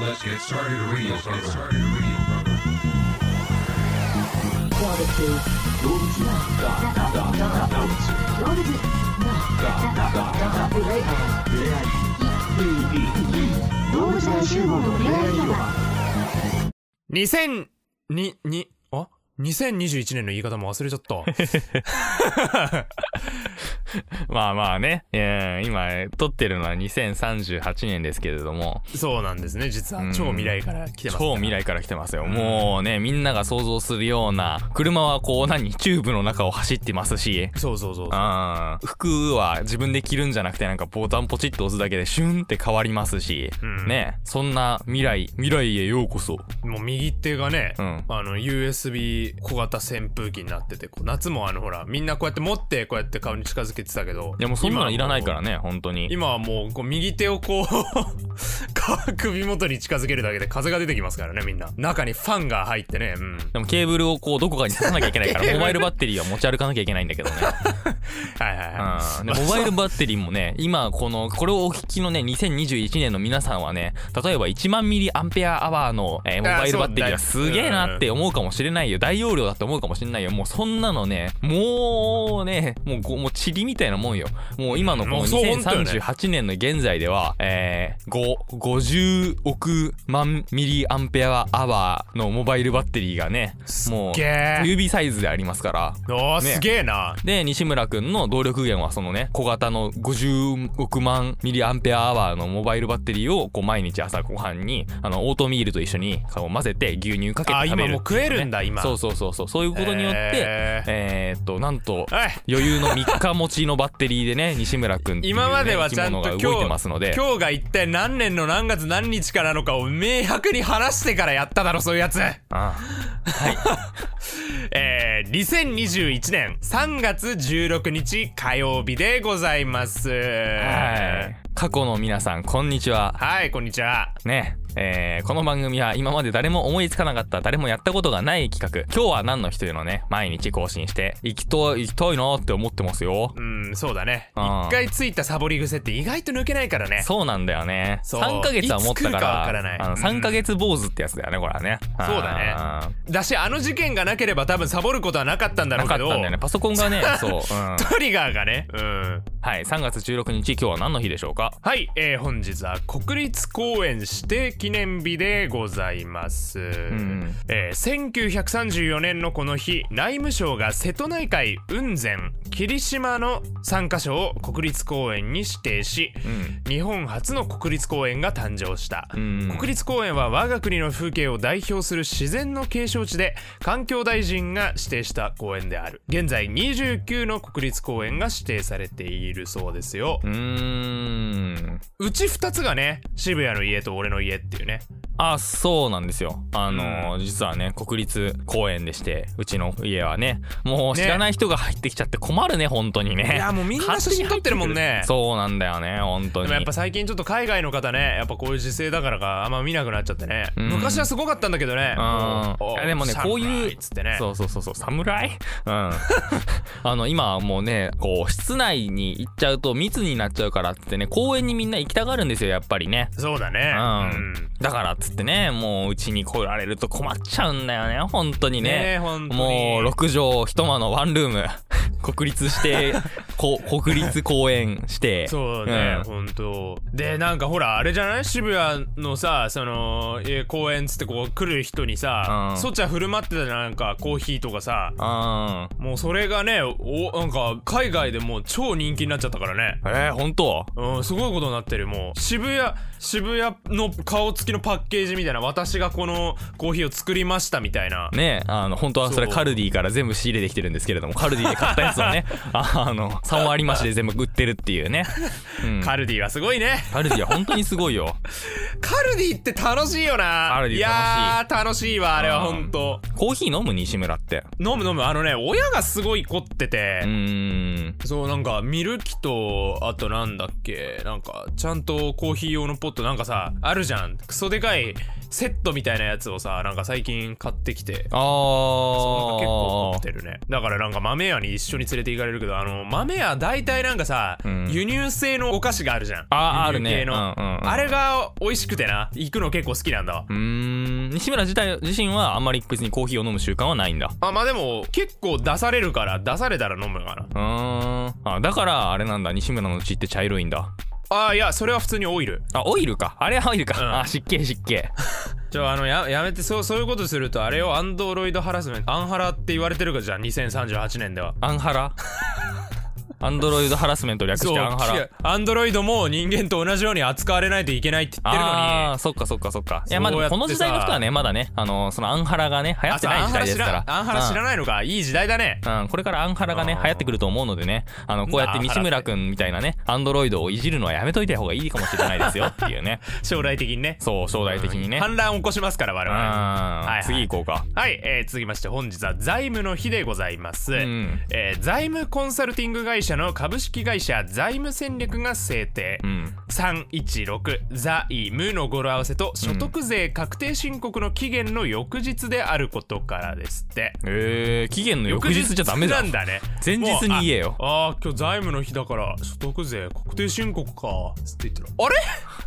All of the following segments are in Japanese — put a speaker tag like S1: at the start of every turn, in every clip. S1: Let's get started radio get started radio
S2: Barbecue.
S3: 2000に、に、あ ?2021 年の言い方も忘れちゃった。
S4: まあまあね、えー今撮ってるのは2038年ですけれども、
S3: そうなんですね、実
S4: う
S3: は。
S4: ん
S3: 超未来から来てますから。
S4: 超未来から来てますよ。もうね、みんなが想像するような、車はこう何、チューブの中を走ってますし、
S3: そうそうそう
S4: う。ん、服は自分で着るんじゃなくてなんかボタンポチッと押すだけでシュンって変わりますし、
S3: うん
S4: ね、そんな未来、未来へようこそ。
S3: もう右手がね、
S4: うん
S3: あの USB 小型扇風機になってて、こう夏もあのほら、みんなこうやって持ってこうやって顔に近づけてたけど。
S4: いやもうそんなのいらないから
S3: ね。
S4: ね、本当に。
S3: 今はもうこう右手をこう か、首元に近づけるだけで風が出てきますからね、みんな。中にファンが入ってね、うん。
S4: でもケーブルをこうどこかに刺さなきゃいけ ないから、モバイルバッテリーは持ち歩かなきゃいけないんだけどね。
S3: はいはいはい。
S4: うんでモバイルバッテリーもね、今この、これをお聞きのね、2021年の皆さんはね、例えば1万ミリアンペアアワーの、えーモバイルバッテリーは
S3: そうだ
S4: すげえなって思うかもしれないよ。大容量だって思うかもしれないよ。もうそんなのね、もうね、もうご、もう塵みたいなもんよ。もう今のこ
S3: も
S4: の
S3: うそう本当よね
S4: 2038年の現在では、えー、5、50億万ミリアンペアアワーのモバイルバッテリーがね、もう、
S3: げー
S4: 指サイズでありますから。
S3: おー、
S4: ね
S3: すげえな。
S4: で西村くんの動力源はそのね小型の50億万ミリアンペアアワーのモバイルバッテリーをこう毎日朝ごはんにあのオートミールと一緒にこう混ぜて牛乳かけ
S3: あ、
S4: て食べ
S3: 今もう
S4: る
S3: 食えるんだ、今。
S4: そうそうそうそうそういうことによって
S3: へー
S4: えーっとなんと
S3: はい
S4: 余裕の3日持ちのバッテリーでね 西村くんっていうね
S3: 今までは
S4: 生
S3: ち
S4: き
S3: ゃん
S4: 物
S3: と
S4: が
S3: 今
S4: 動いてますの
S3: 日
S4: で
S3: 今日が一体何年の何月何日かなのかを明白に話してからやっただろそういうやつ
S4: あ
S3: えー、2021年3月16日火曜日でございます
S4: あはい過去の皆さんこんにちは
S3: はいこんにちは
S4: ねえーこの番組は今まで誰も思いつかなかった誰もやったことがない企画今日は何の日というのをね毎日更新して行きと行きたいなって思ってますよ
S3: うんそうだね
S4: うん
S3: 一回ついたサボり癖って意外と抜けないからね
S4: そうなんだよね
S3: そう
S4: 3ヶ月は持った
S3: いつ来
S4: か
S3: る
S4: ら
S3: かわからない
S4: あ
S3: う
S4: の
S3: ん
S4: 3ヶ月坊主ってやつだよねこれはね
S3: そうだね
S4: あー
S3: だしあの事件がなければ多分サボることはなかったんだろ
S4: な
S3: う
S4: かっ
S3: け
S4: た
S3: ど
S4: んだよねパソコン がねそう、うん、は
S3: トリガーがねうん
S4: い3月16日今日は何の日でしょうか
S3: はい、えー本日は国立公園指定記念日でございます、
S4: ん
S3: えー1934年のこの日内務省が瀬戸内海雲仙霧島の3カ所を国立公園に指定し、
S4: うん
S3: 日本初の国立公園が誕生した、
S4: ん
S3: 国立公園は我が国の風景を代表する自然の景勝地で環境大臣が指定した公園である現在29の国立公園が指定されているそうですよ、
S4: うーん
S3: うち2つがね渋谷の家と俺の家っていうね
S4: あそうなんですよあのー実はね国立公園でしてうちの家はねもう
S3: ね
S4: 知らない人が入ってきちゃって困るね本当にね
S3: いやもうみんな
S4: 勝手に
S3: 写
S4: 入
S3: 真撮ってるもんね
S4: くそうなんだよね本当
S3: で
S4: に
S3: もやっぱ最近ちょっと海外の方ねやっぱこういう時勢だからかあんま見なくなっちゃってね、
S4: うん
S3: 昔はすごかったんだけどね、
S4: うんいやでもねこういう
S3: っつってね
S4: そうそうそうそう侍うん あの今はもうねこう室内に行っちゃうと密になっちゃうからっつってね公園にみんな行きたがるんですよやっぱりね
S3: そうだね
S4: うんだからっつってねもううちに来られると困っちゃうんだよね本当に
S3: ね
S4: ね
S3: え本当に
S4: もう6畳一間のワンルーム 国 立してこ国立公園して
S3: そうね、
S4: ん
S3: ほんとでなんかほらあれじゃない渋谷のさそのえー公園っつってこう来る人にさ、
S4: うん
S3: そっちは振る舞ってたなんかコーヒーとかさ
S4: あー
S3: もうそれがねおなんか海外でもう超人気になっちゃったからね
S4: えー、本当
S3: うん、すごいことになってるもう渋谷渋谷の顔付きのパッケージみたいな私がこのコーヒーを作りましたみたいな
S4: ねあの本当はそれ
S3: そう
S4: カルディから全部仕入れてきてるんですけれどもカルディで買ったやつを ねああの3割増しで全部売ってるっていうね、うん、
S3: カルディはすごいね
S4: カルディは本当にすごいよ
S3: カルディって楽しいよな
S4: カルディ楽しい
S3: やー楽しいわあれはほんと
S4: コーヒー飲む西村って
S3: 飲む飲むあのね親がすごい凝って
S4: う
S3: て、
S4: ーん
S3: そうなんかミルキとあとなんだっけなんかちゃんとコーヒー用のポットなんかさあるじゃんクソでかいにセットみたいなやつをさなんか最近買ってきて
S4: あ
S3: なんか結構凝って
S4: ー
S3: るねだからなんか豆屋に一緒に連れて行かれるけどあの豆屋大体なんかさ、
S4: うん
S3: 輸入製のお菓子があるじゃん
S4: あーあ
S3: 輸
S4: る
S3: 入
S4: ね
S3: 系の
S4: うんうんうん
S3: あれが美味しくてな行くの結構好きなんだわ
S4: うーん西村自体自身はあんまり別にコーヒーを飲む習慣はないんだ
S3: あまあでも結構出されるから出されたら飲むかな
S4: うーんあだからあれなんだ西村の血って茶色いんだ
S3: あーいやそれは普通にオイル
S4: あオイルかあれはオイルか、
S3: うん
S4: あ湿気湿気
S3: ちょあのややめてそうそういうことするとあれをアンドロイドハラスメントアンハラって言われてるからじゃん2038年では
S4: アンハラアンドロイドハラスメント略してアンハラ
S3: アンドロイドも人間と同じように扱われないといけないって言ってるの
S4: あ
S3: に
S4: あそっかそっかそっかい
S3: そ
S4: や
S3: う
S4: まあ
S3: やっ
S4: で
S3: て
S4: もこの時代の人はね
S3: さ
S4: まだねあのそのアンハラがね流行ってない時代ですか
S3: あ
S4: ら
S3: そうアンハラ知らアンハラ知らないのか、いい時代だね
S4: うん、これからアンハラがね
S3: あー
S4: 流行ってくると思うのでねあのこうやって西村くんみたいなねアンドロイドをいじるのはやめといた方がいいかもしれないですよっていうね
S3: 将来的にね
S4: そう将来的にね、
S3: 反乱を起こしますから我
S4: うん
S3: 々はいはい
S4: 次行こうか
S3: はい、えー続きまして本日は財務の日でございます、
S4: ん
S3: えー財務コンサルティング会社の株式会社財務戦略が制定、
S4: うん
S3: 316財務の語呂合わせと所得税確定申告の期限の翌日であることからですって
S4: えー、期限の翌日じゃダメだ
S3: なんだね
S4: 前日に言えよ
S3: もうああー今日財務の日だから所得税確定申告かつって言ったらあれ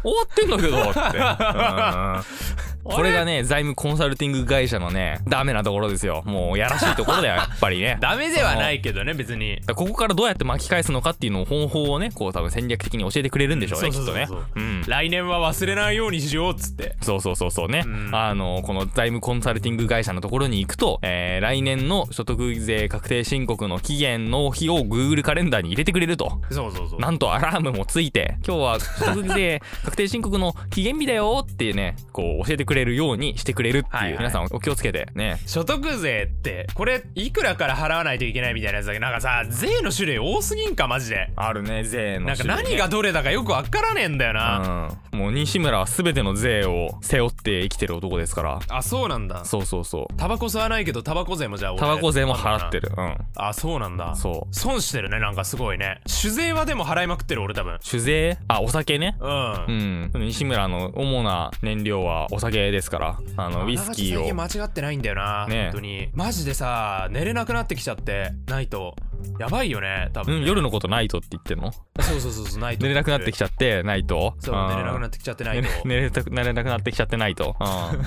S4: 終わってんだけど って、うん、これがね財務コンサルティング会社のねダメなところですよもうやらしいとこ ろだよやっぱりね
S3: ダメではないけどね別に
S4: だからここからどうやって巻き返すのかっていうのを方法をねこう多分戦略的に教えてくれるんでしょうねきっ
S3: そ
S4: とね
S3: うそうそう
S4: う
S3: そうん来年は忘れないようにしようっつって
S4: そうそうそうそうね、
S3: ん
S4: あのこの財務コンサルティング会社のところに行くと、えー来年の所得税確定申告の期限の日を Google カレンダーに入れてくれると
S3: そうそうそう
S4: なんとアラームもついて今日は所得税 確定申告の期限日だよっていうねこう教えてくれるようにしてくれるっていう、
S3: はいはい
S4: 皆さんお気をつけてね
S3: 所得税ってこれいくらから払わないといけないみたいなやつだけどなんかさ税の種類多すぎんかマジで
S4: あるね税の
S3: なんか何がどれだかよくわからねえんだよな、
S4: うん、もう西村は全ての税を背負って生きてる男ですから
S3: あそうなんだ
S4: そうそうそう
S3: タバコ吸わないけどタバコ税もじゃあ俺
S4: タバコ税も払ってるうん
S3: あそうなんだ
S4: そう
S3: 損してるねなんかすごいね酒税はでも払いまくってる俺多分
S4: 酒税あお酒ね
S3: うん、
S4: うん西村の主な燃料はお酒ですからあのウイスキー
S3: あ
S4: を
S3: ながち最近間違ってないんだよな、
S4: ねえ
S3: 本当にマジでさ寝れなくなってきちゃってないとやばいよね多
S4: う
S3: 分、
S4: ん、夜のことナイトって言ってんの
S3: そうそうそうそうないと
S4: 寝れなくなってき
S3: ちゃ
S4: ちゃってナイト
S3: そう寝れなくなってきちゃってないと
S4: 寝れ寝れたく寝れなくなってきちゃってないと、 うん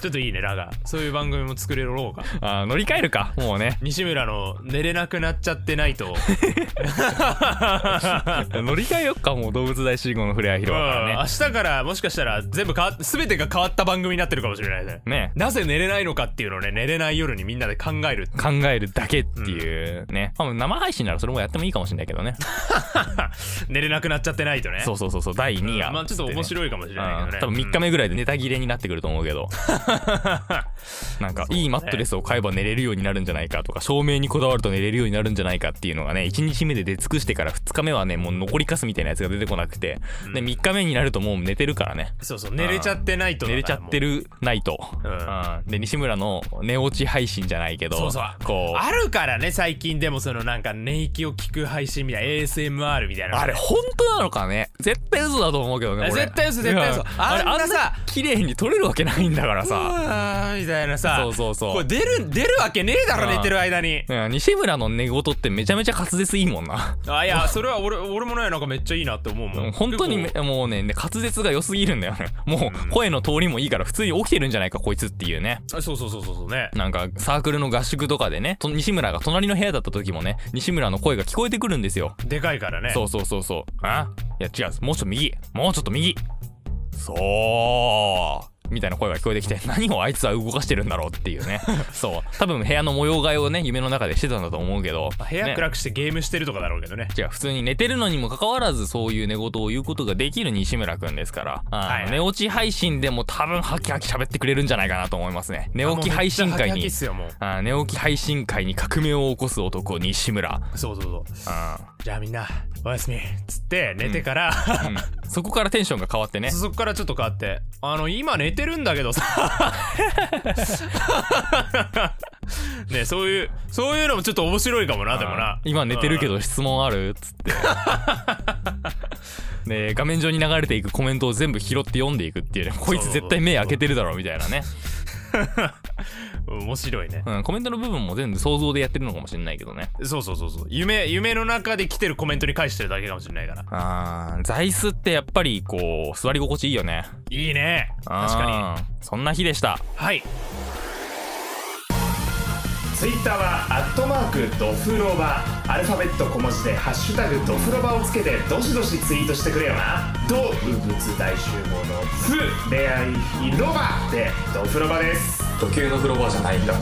S3: ちょっといいねなんかそういう番組も作れろう か
S4: あー乗り換えるかも うね
S3: 西村の寝れなくなっちゃってない と
S4: 乗り換えよっかもう動物大集合のフレア広場
S3: うん
S4: から
S3: 明
S4: ね
S3: 日からもしかしたら全部変わっ全てが変わった番組になってるかもしれないね
S4: ね
S3: なぜ寝れないのかっていうのをね寝れない夜にみんなで考える
S4: 考えるだけっていうね、まあ、生配信ならそれもやってもいいかもしれないけどね
S3: 寝れなくなっちゃってないとね
S4: そうそうそうそう第2夜、
S3: まあちょっと面
S4: い
S3: 白いかもしれないけどね
S4: 多分3日目ぐらいでネタ切れになってくると思うけど なんかいいマットレスを買えば寝れるようになるんじゃないかとか照明にこだわると寝れるようになるんじゃないかっていうのがね1日目で出尽くしてから2日目はねもう残りかすみたいなやつが出てこなくてで3日目になるともう寝てるからね
S3: そうそう寝れちゃってないとだ
S4: 寝
S3: から
S4: れちゃって
S3: も
S4: るナイト、
S3: うん
S4: うんで西村の寝落ち配信じゃないけど
S3: うそうそう
S4: こう
S3: あるからね最近でもそのなんか寝息を聞く配信みたいな ASMR みたいな
S4: あれ本当なのかね絶対嘘だと思うけど
S3: あ
S4: ね俺
S3: 絶対嘘絶対嘘
S4: うん
S3: あ
S4: あ
S3: ん
S4: れ
S3: な
S4: あんな
S3: さ
S4: 綺麗に撮れるわけないんだからさ、
S3: さみたいなさ
S4: そうそうそう
S3: これ出る出るわけねえだろ
S4: うん
S3: 寝てる間に
S4: うん西村の寝言ってめちゃめちゃ滑舌いいもんな
S3: あいやそれは俺俺もねなんかめっちゃいいなって思うもん
S4: 本当にめ
S3: 結構
S4: もうねね滑舌が良すぎるんだよねもう声の通りもいいから普通に起きてるんじゃないかこいつっていうね
S3: あそうそうそうそうそうね
S4: なんかサークルの合宿とかでねと西村が隣の部屋だった時もね西村の声が聞こえてくるんですよ
S3: でかいからね
S4: そうそうそうそうあいや違うもうちょっと右もうちょっと右そうみたいな声が聞こえて きて何をあいつは動かしてるんだろうっていうねそう多分部屋の模様替えをね夢の中でしてたんだと思うけど
S3: まあ部屋
S4: ね
S3: 暗くしてゲームしてるとかだろうけどね
S4: 違う普通に寝てるのにもかかわらずそういう寝言を言うことができる西村くんですから、あの
S3: はいはい
S4: 寝落ち配信でも多分ハキハキ喋ってくれるんじゃないかなと思いますね寝起き配信会
S3: あもうめっちゃハキハキ
S4: に
S3: っすよもう
S4: あ寝起き配信会に革命を起こす男西村
S3: そうそうそう
S4: あ
S3: じゃあみんなおやすみっつって寝てから、
S4: ー、うん、そこからテンションが変わってね
S3: そこからちょっと変わってあの今寝てるんだけどさねそういうそういうのもちょっと面白いかもなでもな
S4: 今寝てるけ
S3: ど
S4: ど質問あるっつってで画面上に流れていくコメントを全部拾って読んでいくっていうねこいつ絶対目開けてるだろうみたいなね、
S3: 面白いね、
S4: うん、コメントの部分も全部想像でやってるのかもしれないけどね
S3: そうそうそうそう夢夢の中で来てるコメントに返してるだけかもしれないから
S4: あー座椅子ってやっぱりこう座り心地いいよね
S3: いいね確か
S4: にそんな日でした
S3: にはいツイッターはアットマークドフロバアルファベット小文字で「ハッシュタグドフロバ」をつけてどしどしツイートしてくれよな動物大集合の「フ」恋愛広場でドフロバです
S4: 時計の風呂場じゃないんだ